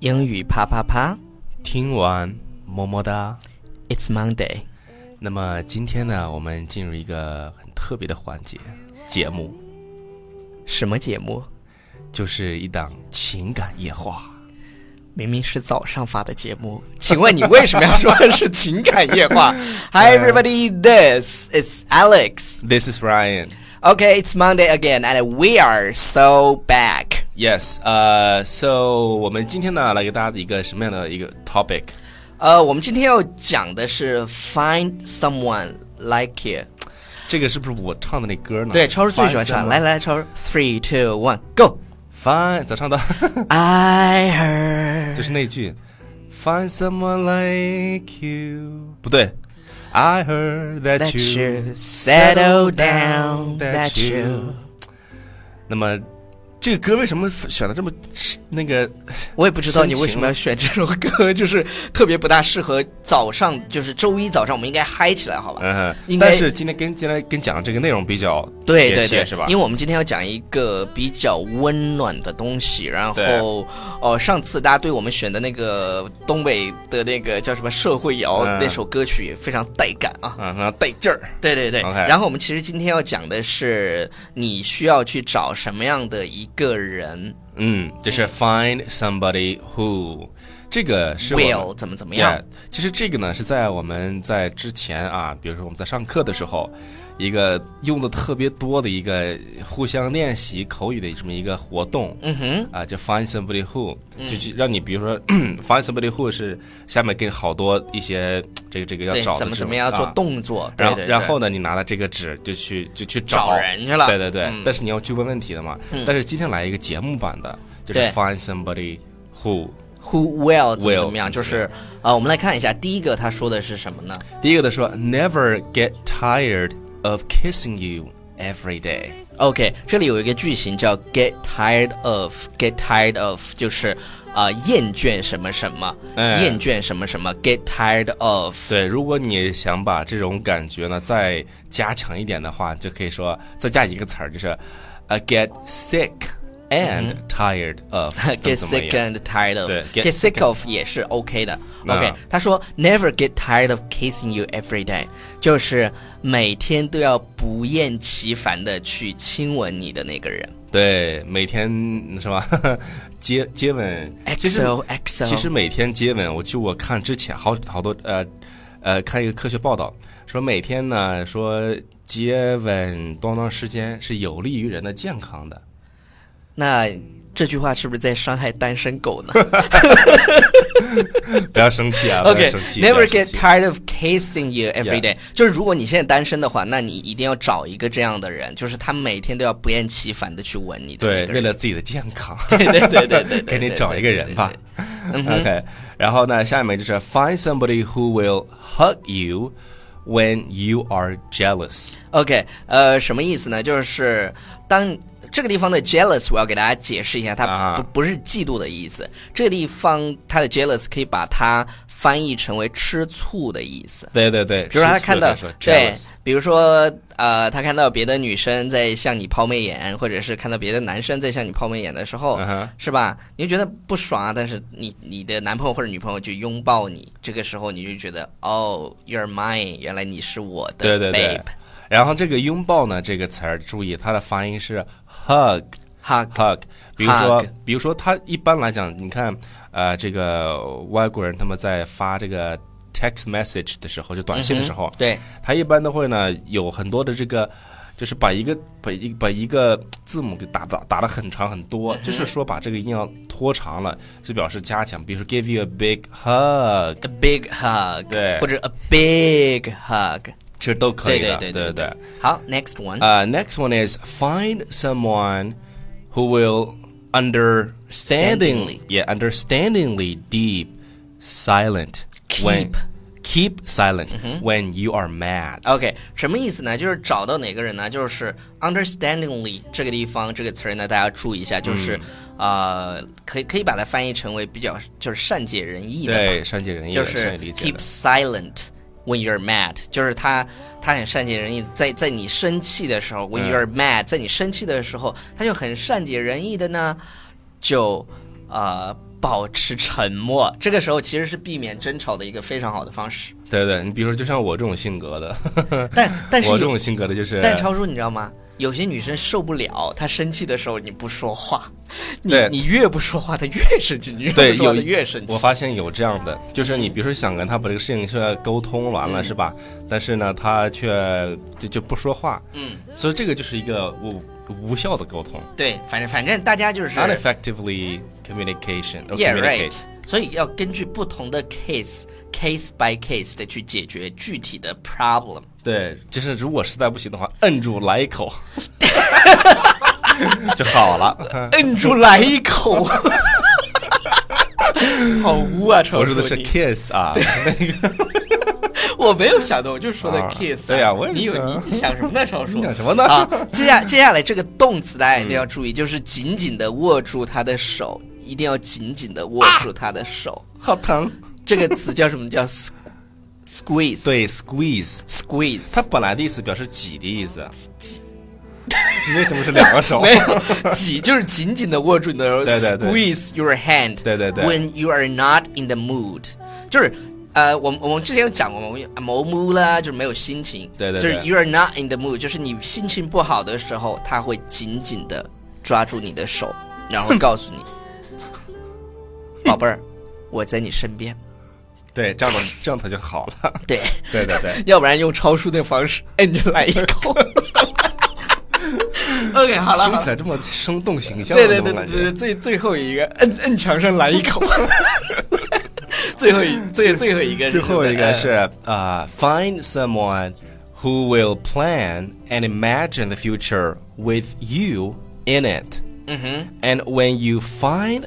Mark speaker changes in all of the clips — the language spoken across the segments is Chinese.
Speaker 1: 英语啪啪啪
Speaker 2: 听完么么哒。
Speaker 1: ，It's Monday，
Speaker 2: 那么今天呢，我们进入一个很特别的环节，节目
Speaker 1: 什么节目？
Speaker 2: 就是一档情感夜话。
Speaker 1: 明明是早上发的节目，请问你为什么要说是情感夜 话？Hi everybody, this is Alex.
Speaker 2: This is Ryan.
Speaker 1: Okay, it's Monday again, and we are so back.
Speaker 2: Yes，呃、s o 我们今天呢来给大家一个什么样的一个 topic？
Speaker 1: 呃，Uh, 我们今天要讲的是 Find someone like you。
Speaker 2: 这个是不是我唱的那歌呢？
Speaker 1: 对，超叔最喜欢唱。来来，超叔，three, two, one, go.
Speaker 2: ，Find 咋唱的？
Speaker 1: I heard
Speaker 2: 就是那句 Find someone like you，不对，I heard that,
Speaker 1: That
Speaker 2: you
Speaker 1: you settle down, that you
Speaker 2: 那么这个歌为什么选的这么那个？
Speaker 1: 我也不知道你为什么要选这首歌，就是特别不大适合早上，就是周一早上我们应该嗨起来，好吧？
Speaker 2: 嗯
Speaker 1: 应，该
Speaker 2: 但是今天跟今天跟讲的这个内容比较
Speaker 1: 对
Speaker 2: 贴
Speaker 1: 对
Speaker 2: 切
Speaker 1: 对，
Speaker 2: 是吧
Speaker 1: 因为？我们今天要讲一个比较温暖的东西，然后哦、呃上次大家对我们选的那个东北的那个叫什么社会摇、
Speaker 2: 嗯
Speaker 1: 那首歌曲也非常带感啊。
Speaker 2: 嗯，然后带劲儿。
Speaker 1: 对对对
Speaker 2: OK
Speaker 1: 然后我们其实今天要讲的是你需要去找什么样的一个人
Speaker 2: 嗯，就是 find somebody who，这个是我们
Speaker 1: ，will 怎么怎么样
Speaker 2: Yeah，其实这个呢是在我们在之前啊，比如说我们在上课的时候，一个用的特别多的一个互相练习口语的这么一个活动。
Speaker 1: 嗯哼，嗯
Speaker 2: 啊，叫 find somebody who，就去让你比如说 find somebody who 是下面跟好多一些这个这个要
Speaker 1: 对，
Speaker 2: 找的
Speaker 1: 怎么
Speaker 2: 这
Speaker 1: 怎么
Speaker 2: 种
Speaker 1: 样要做
Speaker 2: 啊
Speaker 1: 动作，对
Speaker 2: 然后
Speaker 1: 对对
Speaker 2: 然后呢，你拿了这个纸就去就去
Speaker 1: 找人去了
Speaker 2: 对对对、
Speaker 1: 嗯
Speaker 2: 但是你要去问问题的嘛、但是今天来一个节目版的，就是
Speaker 1: 对
Speaker 2: find somebody who。
Speaker 1: Who will 怎么
Speaker 2: Will，
Speaker 1: 怎么样？就
Speaker 2: 怎么
Speaker 1: 是呃，我们来看一下，第一个他说的是什么呢？
Speaker 2: 第一个他说 never get tired of kissing you every day。
Speaker 1: OK，这里有一个句型叫 get tired of，get tired of 就是啊、呃厌倦什么什么，
Speaker 2: 哎
Speaker 1: 厌倦什么什么，get tired of。
Speaker 2: 对，如果你想把这种感觉呢再加强一点的话，就可以说再加一个词儿，就是呃 get sick and tired of 怎
Speaker 1: Mm-hmm Get
Speaker 2: 么怎么
Speaker 1: sick
Speaker 2: 样。
Speaker 1: and tired of,
Speaker 2: 对
Speaker 1: get,
Speaker 2: ，get
Speaker 1: sick
Speaker 2: sick 嗯
Speaker 1: of 也是 OK 的。
Speaker 2: 那
Speaker 1: OK，他说 Never get tired of kissing you every day，就是每天都要不厌其烦的去亲吻你的那个人。
Speaker 2: 对，每天是吧？ 接接吻，其实
Speaker 1: XO XO，
Speaker 2: 其实每天接吻，我就我看之前好好多呃呃看一个科学报道，说每天呢说接吻多长时间是有利于人的健康的。
Speaker 1: 那这句话是不是在伤害单身狗呢
Speaker 2: 不要生 气啊！不要生气。不
Speaker 1: ？OK，never、
Speaker 2: 要
Speaker 1: get
Speaker 2: 生气
Speaker 1: tired of kissing you every day
Speaker 2: Yeah.
Speaker 1: 就是如果你现在单身的话，那你一定要找一个这样的人，就是他每天都要不厌其烦的去吻你的
Speaker 2: 对，
Speaker 1: 那个
Speaker 2: 为
Speaker 1: 人。
Speaker 2: 了自己的健康，
Speaker 1: 对对对对对对
Speaker 2: 给你找一个人
Speaker 1: 对
Speaker 2: 吧。。
Speaker 1: 对对对对对嗯哼
Speaker 2: OK，然后呢，下面就是 find somebody who will hug you when you are jealous。
Speaker 1: OK，呃，什么意思呢？就是当这个地方的 jealous，我要给大家解释一下，它不、
Speaker 2: 啊
Speaker 1: 不是嫉妒的意思。这个地方它的 jealous 可以把它翻译成为吃醋的意思。
Speaker 2: 对对对，
Speaker 1: 比如说他
Speaker 2: 吃醋
Speaker 1: 看到
Speaker 2: 的时候
Speaker 1: 对
Speaker 2: jealous，
Speaker 1: 比如说呃，他看到别的女生在向你抛媚眼，或者是看到别的男生在向你抛媚眼的时候，
Speaker 2: 嗯哼
Speaker 1: 是吧？你就觉得不爽啊，但是你你的男朋友或者女朋友就拥抱你，这个时候你就觉得哦，you're mine，原来你是我的 babe，
Speaker 2: 对对对。然后这个拥抱呢，这个词儿注意它的发音是 hug。
Speaker 1: 哈
Speaker 2: hug，比如说
Speaker 1: Hug，
Speaker 2: 比如说，他一般来讲，你看，呃，这个外国人他们在发这个 text message 的时候，就短啊信的时候，
Speaker 1: 嗯对
Speaker 2: 他一般都会呢有很多的这个，就是把一个把一把一个字母给打打打的很长很多，
Speaker 1: 嗯
Speaker 2: 就是说把这个音要拖长了，就表示加强。比如说 give you a big hug，
Speaker 1: ，a big hug，
Speaker 2: 对
Speaker 1: 或者 a big hug，
Speaker 2: 其实都可以的，
Speaker 1: 对
Speaker 2: 对
Speaker 1: 对
Speaker 2: 对。
Speaker 1: 好，next one，
Speaker 2: 呃、n e x t one is find someone who will understandingly,
Speaker 1: Standingly.
Speaker 2: yeah, understandingly deep silent when keep silent
Speaker 1: Mm-hmm.
Speaker 2: when you are mad.
Speaker 1: OK，什么意思呢？就是找到哪个人呢？就是 understandingly 这个地方这个词儿呢，大家注意一下，就是、
Speaker 2: 嗯
Speaker 1: 呃，可以可以把它翻译成为比较就是善解人意的吧，
Speaker 2: 对，善解人意
Speaker 1: 就
Speaker 2: 的，善
Speaker 1: 是
Speaker 2: 意理解
Speaker 1: keep
Speaker 2: 的。
Speaker 1: silent when you're mad，就是他他很善解人意，在在你生气的时候，when
Speaker 2: 嗯
Speaker 1: you're mad，、在你生气的时候，他就很善解人意的呢，就呃保持沉默，这个时候其实是避免争吵的一个非常好的方式。
Speaker 2: 对对，你比如说，就像我这种性格的，
Speaker 1: 但但是
Speaker 2: 我这
Speaker 1: 有，
Speaker 2: 种性格的就是，
Speaker 1: 但是超叔你知道吗？有些女生受不了，她生气的时候你不说话，你
Speaker 2: 对
Speaker 1: 你越不说话，她越生气，你越不
Speaker 2: 对
Speaker 1: 说话
Speaker 2: 有
Speaker 1: 她越生气
Speaker 2: 我。发现有这样的，就是你比如说想跟他把这个事情现在沟通完
Speaker 1: 嗯
Speaker 2: 了、是吧？但是呢，他却就就不说话，
Speaker 1: 嗯，
Speaker 2: 所以这个就是一个无无效的沟通
Speaker 1: 对，反正反正大家就是
Speaker 2: ，not effectively communication or
Speaker 1: Yeah,
Speaker 2: communicate。
Speaker 1: right. 所以要根据不同的 case case by case 的去解决具体的 problem。
Speaker 2: 对，就是如果实在不行的话，摁住来一 口就好了。
Speaker 1: 摁住来一口， 好污啊！超
Speaker 2: 我
Speaker 1: 叔
Speaker 2: 说的是
Speaker 1: 你
Speaker 2: kiss 啊，
Speaker 1: 我没有想到，我就说的
Speaker 2: 啊
Speaker 1: kiss、
Speaker 2: 对呀我也
Speaker 1: 你有
Speaker 2: 是
Speaker 1: 你你想什么呢，超叔
Speaker 2: 你？想什么呢？
Speaker 1: 啊， 接下接下来这个动词大家一定要注意，就是紧紧的握住他的手，一定要紧紧的握住他的手。
Speaker 2: 好疼。
Speaker 1: 这个词叫什么？叫 squ- squeeze。
Speaker 2: 对，squeeze，
Speaker 1: ，squeeze。
Speaker 2: 它本来的意思表示挤的意思。你为什么是两个手？
Speaker 1: 没有挤，就是紧紧的握住你的手
Speaker 2: 对对对
Speaker 1: ，squeeze your hand。
Speaker 2: 对对对
Speaker 1: When you are not in the mood，就是呃，我们我们之前有讲过嘛，我们谋 mood 啦，就是没有心情。
Speaker 2: 对对
Speaker 1: 就是
Speaker 2: 对
Speaker 1: you are not in the mood，就是你心情不好的时候，他会紧紧的抓住你的手，然后告 诉你，宝贝儿，我在你身边。
Speaker 2: 对，这样的这样它就好了。
Speaker 1: 对，
Speaker 2: 对对 对，
Speaker 1: 要不然用超叔的方式摁着来一口。OK，好了，好
Speaker 2: 听
Speaker 1: 了
Speaker 2: 起来这么生动形象，
Speaker 1: 对对对对对对，，最最后一个摁摁墙上来一 口，最后一最最后一个是
Speaker 2: 最后一个是
Speaker 1: 呃
Speaker 2: 啊、f i n d someone who will plan and imagine the future with you in it.
Speaker 1: Mm-hmm.
Speaker 2: And when you find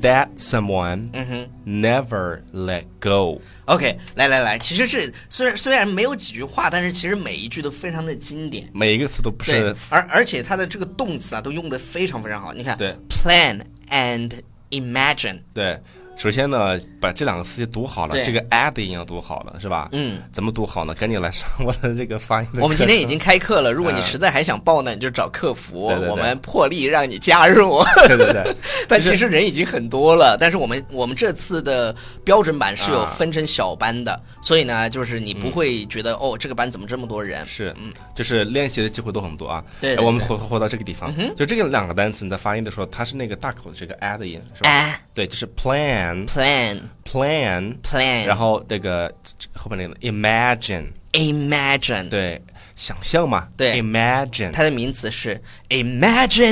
Speaker 2: that someone,
Speaker 1: Mm-hmm.
Speaker 2: never let go.
Speaker 1: OK，来来来，其实这虽然虽然没有几句话，但是其实每一句都非常的经典。
Speaker 2: 每一个词都不
Speaker 1: 对
Speaker 2: 是，
Speaker 1: 而而且它的这个动词啊，都用的非常非常好。你看，
Speaker 2: 对
Speaker 1: ，plan and imagine，
Speaker 2: 对。首先呢，把这两个词读好了，
Speaker 1: 对
Speaker 2: 这个 add 一样读好了，是吧？嗯，怎么读好呢？赶紧来上我的这个发音的课程。嗯
Speaker 1: 我们今天已经开课了。如果你实在还想报呢，你就找客服，
Speaker 2: 对对对
Speaker 1: 我们破例让你加入。
Speaker 2: 对对对，
Speaker 1: 但其实人已经很多了，但是我们我们这次的标准版是有
Speaker 2: 啊嗯
Speaker 1: 分成小班的，所以呢，就是你不会觉得、哦，这个班怎么这么多人？
Speaker 2: 是，就是练习的机会都很多啊。
Speaker 1: 嗯对对
Speaker 2: 呃我们
Speaker 1: 对嗯
Speaker 2: 回回到这个地方，就这个两个单词你在发音的时候，它是那个大口的这个 a 的音，是吧？
Speaker 1: 啊
Speaker 2: 对，就是 plan
Speaker 1: ，plan
Speaker 2: plan，
Speaker 1: plan，
Speaker 2: 然后这个这后面那个 imagine，
Speaker 1: imagine，
Speaker 2: 对，想象嘛，
Speaker 1: 对
Speaker 2: ，imagine，
Speaker 1: 它的名词是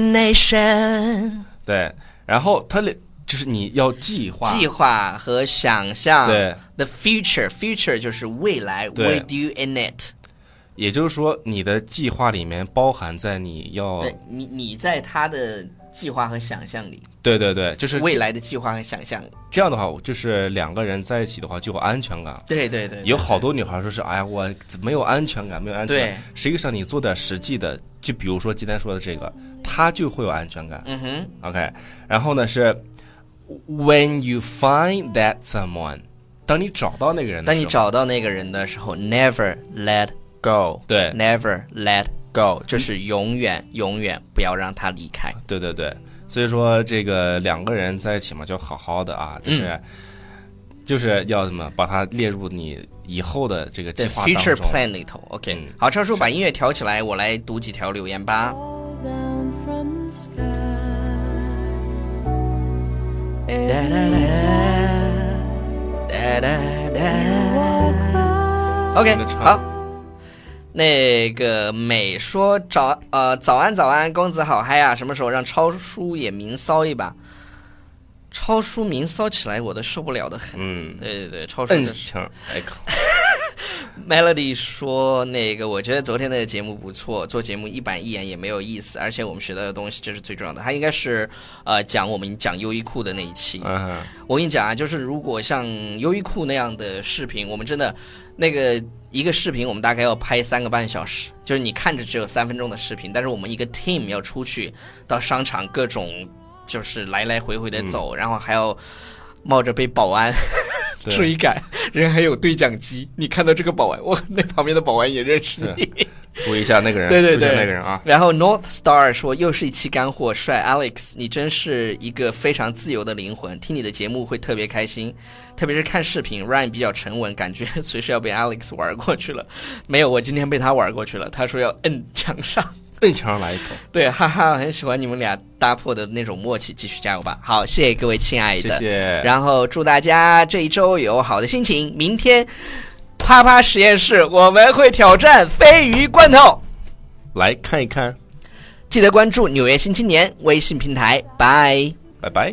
Speaker 1: imagination，
Speaker 2: 对，然后它的就是你要计划，
Speaker 1: 计划和想象。
Speaker 2: 对
Speaker 1: ，the future，future 就是未来
Speaker 2: 对
Speaker 1: ，with you in it，
Speaker 2: 也就是说你的计划里面包含在你要，
Speaker 1: 对你你在他的计划和想象里，
Speaker 2: 对对对，就是
Speaker 1: 未来的计划和想象里，
Speaker 2: 这样的话，就是两个人在一起的话就有安全感。
Speaker 1: 对对对，对
Speaker 2: 有好多女孩说是，哎呀，我没有安全感，没有安全感。实际上，你做点实际的，就比如说今天说的这个，她就会有安全感。
Speaker 1: 嗯哼，
Speaker 2: OK，然后呢是，when you find that someone，当你找到那个人的
Speaker 1: 当
Speaker 2: 时
Speaker 1: 你
Speaker 2: 候，
Speaker 1: 找到那个人的时候，never let go，
Speaker 2: 对
Speaker 1: ，never let go，就是永远永远不要让他离开。
Speaker 2: 对对对，所以说这个两个人在一起嘛，就好好的啊，就是、
Speaker 1: 嗯
Speaker 2: 就是要什么，把它列入你以后的这个计
Speaker 1: 对
Speaker 2: 划当中。
Speaker 1: ，future plan 里头，OK，
Speaker 2: 嗯
Speaker 1: 好，超叔把音乐调起来，我来读几条留言吧。
Speaker 3: Fall down from the sky.
Speaker 1: 哒哒
Speaker 2: 嗯
Speaker 1: 哒，哒哒哒，OK，
Speaker 2: 跟着唱
Speaker 1: 好。那个美说早呃早安早安，公子好嗨呀、什么时候让超叔也明骚一把？超叔明骚起来，我都受不了的很。
Speaker 2: 嗯，
Speaker 1: 对对对，超叔
Speaker 2: 摁
Speaker 1: 的
Speaker 2: 墙，哎靠，
Speaker 1: Melody 说：“那个，我觉得昨天的节目不错，做节目一板一眼也没有意思，而且我们学到的东西这是最重要的。他应该是呃讲我们讲优衣库的那一期。
Speaker 2: 嗯哼。
Speaker 1: 我跟你讲啊，就是如果像优衣库那样的视频，我们真的那个一个视频我们大概要拍三个半小时，就是你看着只有三分钟的视频，但是我们一个 team 要出去到商场各种就是来来回
Speaker 2: 嗯
Speaker 1: 回的走，然后还要冒着被保安。”
Speaker 2: 对
Speaker 1: 追赶，人还有对讲机。你看到这个保安，我那旁边的保安也认识你。
Speaker 2: 注意一下那个人，
Speaker 1: 对对
Speaker 2: 注意一下
Speaker 1: 对
Speaker 2: 那个人啊，
Speaker 1: 然后 North Star 说又是一期干货，帅 Alex，你真是一个非常自由的灵魂，听你的节目会特别开心，特别是看视频，Ryan 比较沉稳，感觉 随时要被 Alex 玩过去了。没有，我今天被他玩过去了，他说要摁墙上。
Speaker 2: 摁墙上来一口，
Speaker 1: 对，哈哈，很喜欢你们俩搭破的那种默契，继续加油吧。好，谢谢各位亲爱的，
Speaker 2: 谢谢。
Speaker 1: 然后祝大家这一周有好的心情。明天，啪啪实验室我们会挑战鲱鱼罐头，
Speaker 2: 来看一看，
Speaker 1: 记得关注《纽约新青年》微信平台，拜。
Speaker 2: 拜拜。